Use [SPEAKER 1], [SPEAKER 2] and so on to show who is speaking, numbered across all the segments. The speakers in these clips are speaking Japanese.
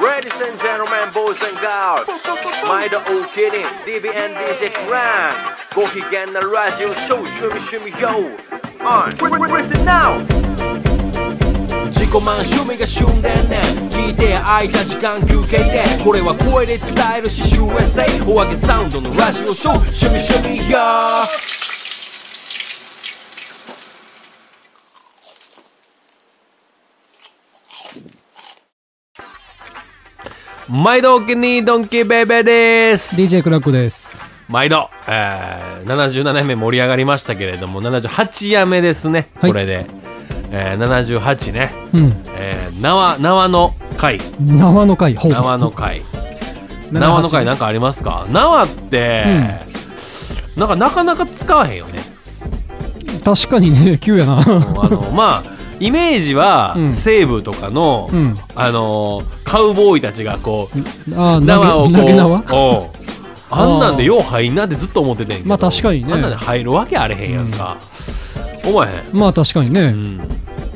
[SPEAKER 1] Ladies and gentlemen, boys and girls 毎度お気に DBNDJ クランご機嫌なラジオショー趣味趣味 YO Uh, On Listen now
[SPEAKER 2] 自己満趣味が旬でね聞いて空いた時間休憩でこれは声で伝えるし USA お揚げサウンドのラジオショー趣味趣味や毎度お気に入りドンキーベイベーです。
[SPEAKER 3] DJ クラックです。
[SPEAKER 2] 毎度、えー、77目盛り上がりましたけれども78夜目ですね、
[SPEAKER 3] はい
[SPEAKER 2] これで、えー、78ね、
[SPEAKER 3] うん。
[SPEAKER 2] えー、縄縄の会
[SPEAKER 3] 縄の会。ほう
[SPEAKER 2] 縄の会
[SPEAKER 3] 78
[SPEAKER 2] 縄の会なんかありますか縄って、なんかなかなか使わへんよね、
[SPEAKER 3] 確かにね、急やな。
[SPEAKER 2] あ のまあイメージは、
[SPEAKER 3] うん
[SPEAKER 2] 西部とかの、
[SPEAKER 3] うん
[SPEAKER 2] あのーカウボーイたちがこう
[SPEAKER 3] あー
[SPEAKER 2] 縄を
[SPEAKER 3] 投
[SPEAKER 2] こう
[SPEAKER 3] げ投げ縄
[SPEAKER 2] おうあんなんでよう入んなってずっと思っててんけど
[SPEAKER 3] まあ確かにね
[SPEAKER 2] あんなんで入るわけあれへんやんか、思えへん、
[SPEAKER 3] まあ確かにね。
[SPEAKER 2] うん、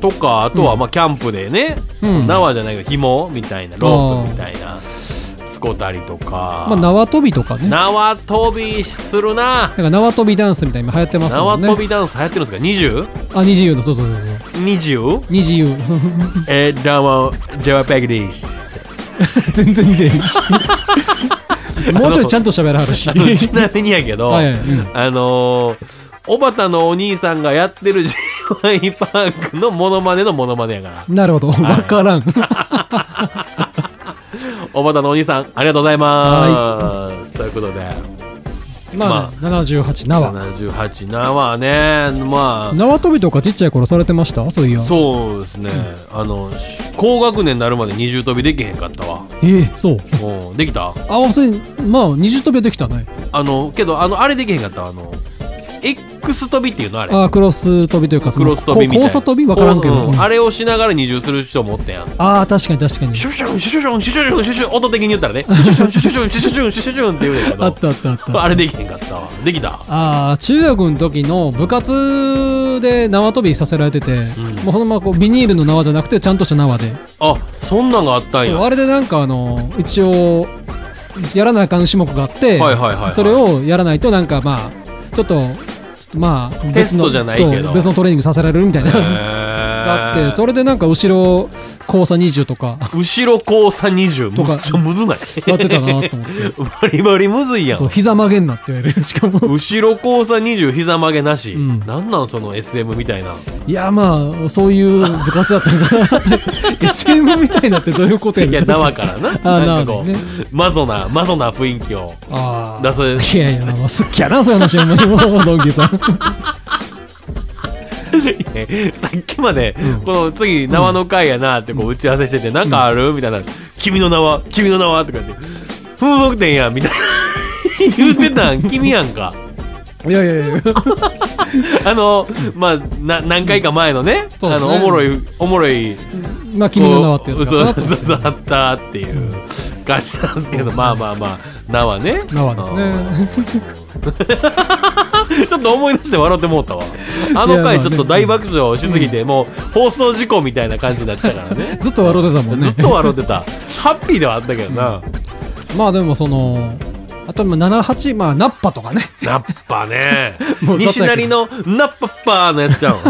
[SPEAKER 2] とかあとはまあキャンプでね、
[SPEAKER 3] うん
[SPEAKER 2] 縄じゃないけど紐みたいなロープみたいな使うたりとか、
[SPEAKER 3] まあ縄跳びとかね。なん
[SPEAKER 2] 縄跳びするな
[SPEAKER 3] か縄跳びダンスみたいな今流行ってますも
[SPEAKER 2] 縄
[SPEAKER 3] んね。
[SPEAKER 2] 跳びダンス流行ってるんですか
[SPEAKER 3] あ、二次優の、そうそうそうそう。
[SPEAKER 2] 20?20?
[SPEAKER 3] 二次優。
[SPEAKER 2] えー、どうもジャワペグです
[SPEAKER 3] 全然似てへんし。 もうちょいちゃんと喋らはるし
[SPEAKER 2] あ。のちなみにやけど、
[SPEAKER 3] はいはいうん
[SPEAKER 2] あのーおばたのお兄さんがやってる J.Y. パークのモノマネのモノマネやから
[SPEAKER 3] なるほど。わから ん。
[SPEAKER 2] おばたのお兄さんありがとうございます、ということで
[SPEAKER 3] まあね、78、縄。
[SPEAKER 2] 78縄ねまあ
[SPEAKER 3] 縄跳びとかちっちゃい頃されてましたそういや。
[SPEAKER 2] そうですね、あのし高学年になるまで二重跳びできへんかったわ
[SPEAKER 3] ええ、そう。
[SPEAKER 2] うんできた
[SPEAKER 3] あ、それ、まあ、二重跳びはできたね。
[SPEAKER 2] あのけどあのあれできへんかったわあの X 跳びっていうのあれ
[SPEAKER 3] あークロス飛びというかそ
[SPEAKER 2] ク
[SPEAKER 3] の
[SPEAKER 2] ロス跳びみたいな
[SPEAKER 3] こう交差跳びわからんけど、
[SPEAKER 2] こうう
[SPEAKER 3] うんん
[SPEAKER 2] あれをしながら二重する人もおってんやん
[SPEAKER 3] あー確かに確かに
[SPEAKER 2] シュシュンシュシュンシュシュンシュシュン音的に言ったらねシュシュンシュシュンシュシュンシュシュンシュシュンって言うねんけど
[SPEAKER 3] あったあったあった
[SPEAKER 2] あれできへんかったわできた
[SPEAKER 3] あー中学の時の部活で縄跳びさせられてて、
[SPEAKER 2] ん
[SPEAKER 3] もうほんまこうビニールの縄じゃなくてちゃんとした縄で、
[SPEAKER 2] あそんなんがあったん
[SPEAKER 3] そう
[SPEAKER 2] や
[SPEAKER 3] あれでなんかあの一応やらなあかん種目があって、
[SPEAKER 2] はいはいはいはい
[SPEAKER 3] それをやらないとなんかまあちょっとちょっとまあ
[SPEAKER 2] テストじゃないけど
[SPEAKER 3] そう別のトレーニングさせられるみたいな、があってそ
[SPEAKER 2] れ
[SPEAKER 3] れでなんか後ろ交差20とか
[SPEAKER 2] 後ろ交差20
[SPEAKER 3] とか
[SPEAKER 2] むっちゃむずない
[SPEAKER 3] やってたなと思って。
[SPEAKER 2] バリバリむずいやん
[SPEAKER 3] そう膝曲げんなって言われるし かも
[SPEAKER 2] 後ろ交差20膝曲げなし、
[SPEAKER 3] うん
[SPEAKER 2] なんなんその SM みたいない
[SPEAKER 3] やまあそういう部活だったから SM みたいなってどういうことや
[SPEAKER 2] い
[SPEAKER 3] ね
[SPEAKER 2] や
[SPEAKER 3] ん
[SPEAKER 2] 縄からななんかこう、
[SPEAKER 3] 縄でね
[SPEAKER 2] マゾなマゾな雰囲気を
[SPEAKER 3] あ
[SPEAKER 2] 出
[SPEAKER 3] ー
[SPEAKER 2] す
[SPEAKER 3] いやいやまあ好きやなそういう話はもうもうドンキさん
[SPEAKER 2] さっきまで、この次縄の回やなってこう打ち合わせしてて、なんかあるみたいな「君の名は君の名は」とか言って「風俗店や」みたいな 言ってたん君やんか
[SPEAKER 3] いやいやいや
[SPEAKER 2] あのまあな何回か前のね
[SPEAKER 3] そう
[SPEAKER 2] あ
[SPEAKER 3] ですね
[SPEAKER 2] のおもろいおもろい
[SPEAKER 3] まあ君の名はってやつ
[SPEAKER 2] そ
[SPEAKER 3] か
[SPEAKER 2] う
[SPEAKER 3] な
[SPEAKER 2] そうそうそうあったっていう感じなんですけどまあまあまあ名はね
[SPEAKER 3] 名はですね
[SPEAKER 2] うんちょっと思い出して笑ってもうたわあの
[SPEAKER 3] いやまあ
[SPEAKER 2] 回
[SPEAKER 3] ね
[SPEAKER 2] ちょっと大爆笑しすぎてもう放送事故みたいな感じになってたからね
[SPEAKER 3] ずっと笑ってたもん
[SPEAKER 2] ず
[SPEAKER 3] ね
[SPEAKER 2] っと笑ってたハッピーではあったけどな
[SPEAKER 3] まあでもそのあとまあ78まあナッパとかね
[SPEAKER 2] ナッパ ね
[SPEAKER 3] もう
[SPEAKER 2] 西成のナッパッパーのやつち ゃうんワ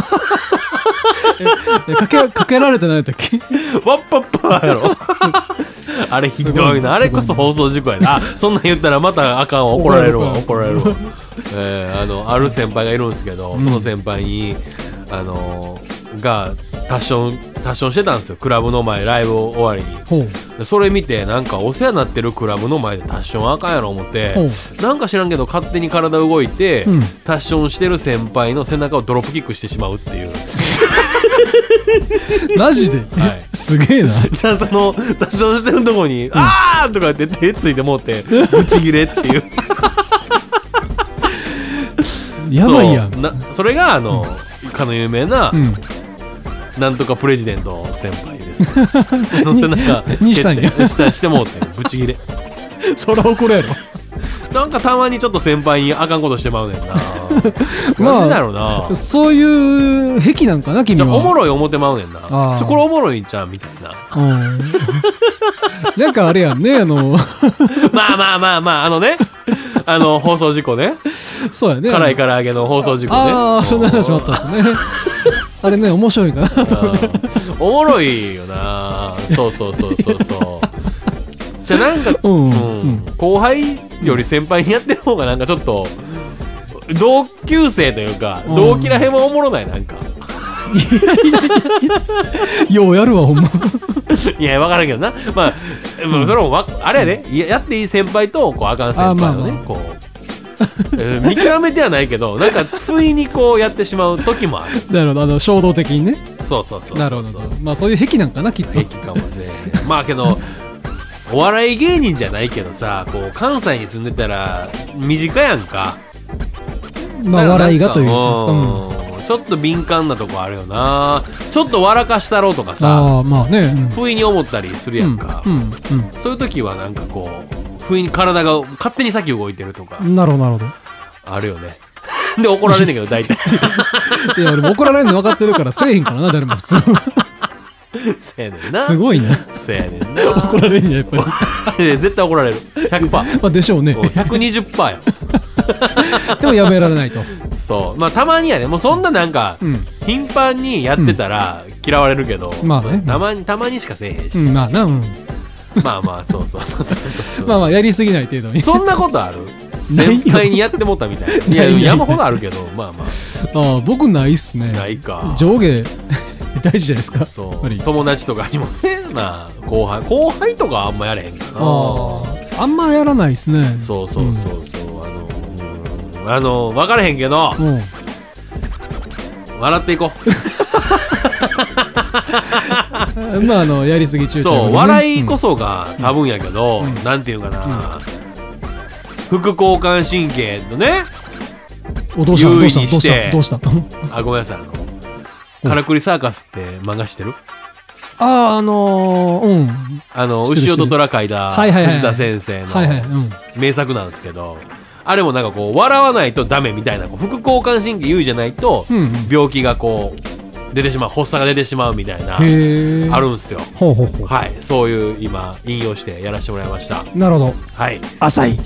[SPEAKER 3] えかけかけられてない時
[SPEAKER 2] ッパッパーやろ あれひどいなあれこそ放送事故やなあそんなん言ったらまたあかんわ怒られる わ怒
[SPEAKER 3] 怒
[SPEAKER 2] ら
[SPEAKER 3] ら
[SPEAKER 2] れ
[SPEAKER 3] れ
[SPEAKER 2] る
[SPEAKER 3] る
[SPEAKER 2] わ、えーあのある先輩がいるんですけど、その先輩にあのがタッションタッションしてたんですよクラブの前ライブ終わりに
[SPEAKER 3] ほう
[SPEAKER 2] でそれ見てなんかお世話になってるクラブの前でタッションあかんやろ思って
[SPEAKER 3] ほ
[SPEAKER 2] なんか知らんけど勝手に体動いて、
[SPEAKER 3] うん
[SPEAKER 2] タッションしてる先輩の背中をドロップキックしてしまうっていう
[SPEAKER 3] マジで、
[SPEAKER 2] は
[SPEAKER 3] すげえな
[SPEAKER 2] じゃあそのタッションしてるとこに「あー!」とか言って手ついてもうてブチギレっていう
[SPEAKER 3] やばいやん
[SPEAKER 2] そうなそれがあの、かの有名な、
[SPEAKER 3] うん
[SPEAKER 2] なんとかプレジデント先輩 です。の背中
[SPEAKER 3] ににしたんや
[SPEAKER 2] 蹴ってしたしてもうてブチギレ。
[SPEAKER 3] そら怒るやろ
[SPEAKER 2] なんかたまにちょっと先輩にあかんことしてまうねんな。なんでだろうな
[SPEAKER 3] そういう癖なんかな君
[SPEAKER 2] じゃ
[SPEAKER 3] は
[SPEAKER 2] あおもろい思ってまうねんな
[SPEAKER 3] あー
[SPEAKER 2] ちょこれおもろいんちゃうみたいな
[SPEAKER 3] うんなんかあれやんねあの
[SPEAKER 2] まあまあまあまああのねあの放送事故ね
[SPEAKER 3] そうやね
[SPEAKER 2] 辛い
[SPEAKER 3] か
[SPEAKER 2] 唐揚げの放送事故ね
[SPEAKER 3] ああそんな話もあったんですねあれね面白いかなと
[SPEAKER 2] うんおもろいよなそうそうそうそうそうじゃあなんか、
[SPEAKER 3] うん
[SPEAKER 2] うん後輩より先輩にやってる方がなんかちょっと同級生というか、
[SPEAKER 3] うん
[SPEAKER 2] 同期らへんはおもろないなんか
[SPEAKER 3] ようやるわほんま
[SPEAKER 2] いや分からんけどなまあ、うん、それもわあれやで、いややっていい先輩とこうあかん先輩のね、
[SPEAKER 3] あまあまあ
[SPEAKER 2] こうえー見極めてはないけ どなんかついにこうやってしまう時もある
[SPEAKER 3] なるほどあの衝動的にね
[SPEAKER 2] そうそうそうそうそう
[SPEAKER 3] なるほどまあそういう癖なんかなきっと
[SPEAKER 2] 平気かもしれんまあけどお笑い芸人じゃないけどさこう関西に住んでたら身近やんか
[SPEAKER 3] まあ
[SPEAKER 2] だからなんか
[SPEAKER 3] 笑いがというかう
[SPEAKER 2] う
[SPEAKER 3] ん
[SPEAKER 2] んちょっと敏感なとこあるよなちょっと笑かしたろうとかさ
[SPEAKER 3] ああまあねうん
[SPEAKER 2] 不意に思ったりするやんか、
[SPEAKER 3] うんうん
[SPEAKER 2] そういう時はなんかこう不意に体が勝手に先動いてるとか
[SPEAKER 3] うんなるほどなるほ
[SPEAKER 2] あるよね で怒られんねんけど大体
[SPEAKER 3] どいや俺も怒られんの分かってるからせえへんからな誰も普通
[SPEAKER 2] せやねんな
[SPEAKER 3] すごいな
[SPEAKER 2] せやねんな
[SPEAKER 3] 怒られんねややっぱり
[SPEAKER 2] 絶対怒られる100%
[SPEAKER 3] まあでしょうね
[SPEAKER 2] うん120%よ
[SPEAKER 3] でもやめられないと
[SPEAKER 2] そうまあたまにはねもうそんななんか、
[SPEAKER 3] うん
[SPEAKER 2] 頻繁にやってたら嫌われるけど、
[SPEAKER 3] まあね
[SPEAKER 2] たまにたまにしかせえへんし、
[SPEAKER 3] うんまあなうん
[SPEAKER 2] まあまあそうそうそうそうそう、
[SPEAKER 3] まあまあやりすぎない程度に
[SPEAKER 2] そんなことある
[SPEAKER 3] ない
[SPEAKER 2] 先
[SPEAKER 3] よ
[SPEAKER 2] 輩にやってもったみたいないや
[SPEAKER 3] ないない
[SPEAKER 2] 山ほどあるけどまあまあ
[SPEAKER 3] ああ僕ないっすね
[SPEAKER 2] ないか
[SPEAKER 3] 上下 大事じゃないですかやっ
[SPEAKER 2] そ
[SPEAKER 3] ぱ
[SPEAKER 2] う
[SPEAKER 3] り
[SPEAKER 2] 友達とかにもね まあ後輩後輩とかはあんまやれへんかな
[SPEAKER 3] あああんまやらないっすね
[SPEAKER 2] そうそうそうそう、あのうんあの分からへんけど
[SPEAKER 3] うん
[SPEAKER 2] 笑っていこう
[SPEAKER 3] うん まああのやりすぎ中
[SPEAKER 2] そう笑いこ
[SPEAKER 3] そ
[SPEAKER 2] そが多分やけど、なんていうかな、副交感神経のね
[SPEAKER 3] おどうしたどう
[SPEAKER 2] 優位に
[SPEAKER 3] し
[SPEAKER 2] したて
[SPEAKER 3] どうしたどうした
[SPEAKER 2] あごめんなさいあのカラクリサーカスって漫画してる
[SPEAKER 3] あああのーうん
[SPEAKER 2] あの
[SPEAKER 3] 知って
[SPEAKER 2] 牛
[SPEAKER 3] る
[SPEAKER 2] 尾と虎書いた
[SPEAKER 3] はいはいはい
[SPEAKER 2] 藤田先生
[SPEAKER 3] はいは
[SPEAKER 2] の
[SPEAKER 3] いうん
[SPEAKER 2] 名作なんですけどあれもなんかこう笑わないとダメみたいなこう副交感神経優位じゃないと
[SPEAKER 3] うんうん
[SPEAKER 2] 病気がこう出てしまう発作が出てしまうみたいな
[SPEAKER 3] へえ
[SPEAKER 2] あるんですよ
[SPEAKER 3] ほうほうほ
[SPEAKER 2] はいそういう今引用してやらせてもらいました
[SPEAKER 3] うなるほど
[SPEAKER 2] はい
[SPEAKER 3] 浅 い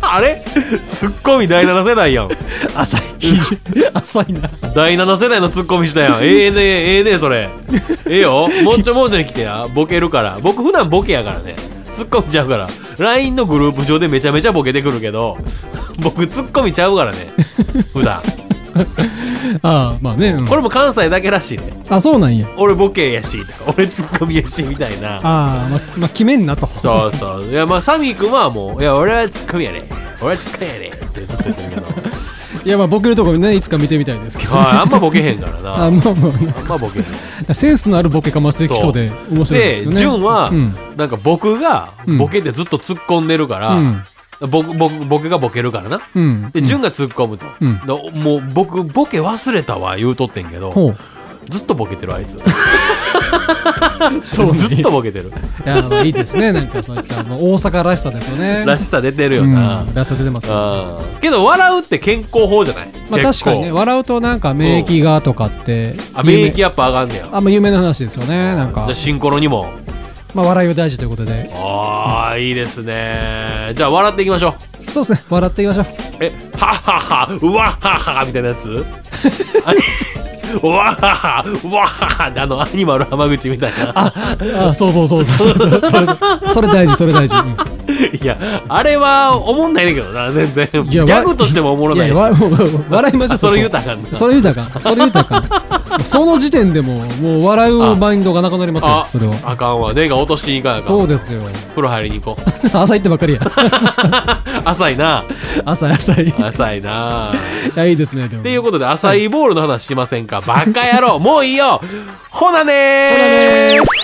[SPEAKER 2] あれ ツッコミ第7世代やん
[SPEAKER 3] 浅い 浅いな
[SPEAKER 2] 第7世代のツッコミしたや ん。ええねええねそれ。ええよ。もうちょもうちょに来てや。ボケるから。僕普段ボケやからね。ツッコミちゃうから。LINE のグループ上でめちゃめちゃボケてくるけど、僕ツッコミちゃうからね。普段。
[SPEAKER 3] ああまあねうん
[SPEAKER 2] これも関西だけらしいね。
[SPEAKER 3] あそうなんや
[SPEAKER 2] 俺ボケやし、とか俺ツッコミやし、みたいな。
[SPEAKER 3] ああままあ決めんなと
[SPEAKER 2] そうそう。いや、まあ、サミー君はもう、いや、俺はツッコミやね。俺はツッコミやね。ってずっと言ってるけど。はい、
[SPEAKER 3] いやまあ僕のとこねいつか見てみたいですけど
[SPEAKER 2] あんまボケへんからな。
[SPEAKER 3] あ
[SPEAKER 2] あん
[SPEAKER 3] まあまあ
[SPEAKER 2] まボケへん。
[SPEAKER 3] センスのあるボケかましてきそうで面白いです
[SPEAKER 2] で、
[SPEAKER 3] よね。
[SPEAKER 2] ジュンは、
[SPEAKER 3] うん
[SPEAKER 2] なんか僕がボケてずっと突っ込んでるから、
[SPEAKER 3] うん
[SPEAKER 2] 僕僕僕がボケるからな。
[SPEAKER 3] うん、
[SPEAKER 2] で、ジュンが突っ込むと、
[SPEAKER 3] うん
[SPEAKER 2] でもう僕ボケ忘れたわ言うとってんけ
[SPEAKER 3] ほ
[SPEAKER 2] ど、
[SPEAKER 3] う
[SPEAKER 2] ずっとボケてるあいつ。
[SPEAKER 3] そうね
[SPEAKER 2] ずっとボケてる。
[SPEAKER 3] いやまあいいですねなんかそういった、まあ、大阪らしさですよね。
[SPEAKER 2] らしさ出てるよな。
[SPEAKER 3] うん、らしさ出てますよ。
[SPEAKER 2] うんけど笑うって健康法じゃない、
[SPEAKER 3] まあ確
[SPEAKER 2] 結構
[SPEAKER 3] かにね笑うとなんか免疫がとかって
[SPEAKER 2] あ免疫
[SPEAKER 3] や
[SPEAKER 2] やっぱ上がんねや。
[SPEAKER 3] あんま有名な話ですよねなんか
[SPEAKER 2] じゃあシンコロにも。
[SPEAKER 3] まあ笑いは大事ということで
[SPEAKER 2] ああ、いいですね。じゃあ笑っていきましょう。
[SPEAKER 3] そうですね笑っていきましょう
[SPEAKER 2] え、はっはっは、うわっはっは、みたいなや つあれうわっはっは、うわっはっはってあのアニマル浜口みたいな。
[SPEAKER 3] ああそうそうそうそうそうそうそうそうそれ大事それ大事、うん
[SPEAKER 2] いや、あれは思んないねんけどな、全然。ギ
[SPEAKER 3] いやわ
[SPEAKER 2] ャグとしてもおもろないし。
[SPEAKER 3] ややわもう笑いましょう
[SPEAKER 2] あそれ言うたらあかんな
[SPEAKER 3] それ言うたらあかんそれ言うたらあかんその時点でもうもう笑うマインドがなくなりますよ
[SPEAKER 2] あ
[SPEAKER 3] それは
[SPEAKER 2] あかんわ、根が落としに行かなあかん
[SPEAKER 3] そうですよ
[SPEAKER 2] 風呂入りに行こう。
[SPEAKER 3] 朝行ってばっかりや
[SPEAKER 2] 浅いな。
[SPEAKER 3] 朝朝い
[SPEAKER 2] 浅いな。
[SPEAKER 3] やいいですねでも
[SPEAKER 2] っていうことで、浅いボールの話しませんか。バカ野郎、もういいよほなねー
[SPEAKER 3] ほなねー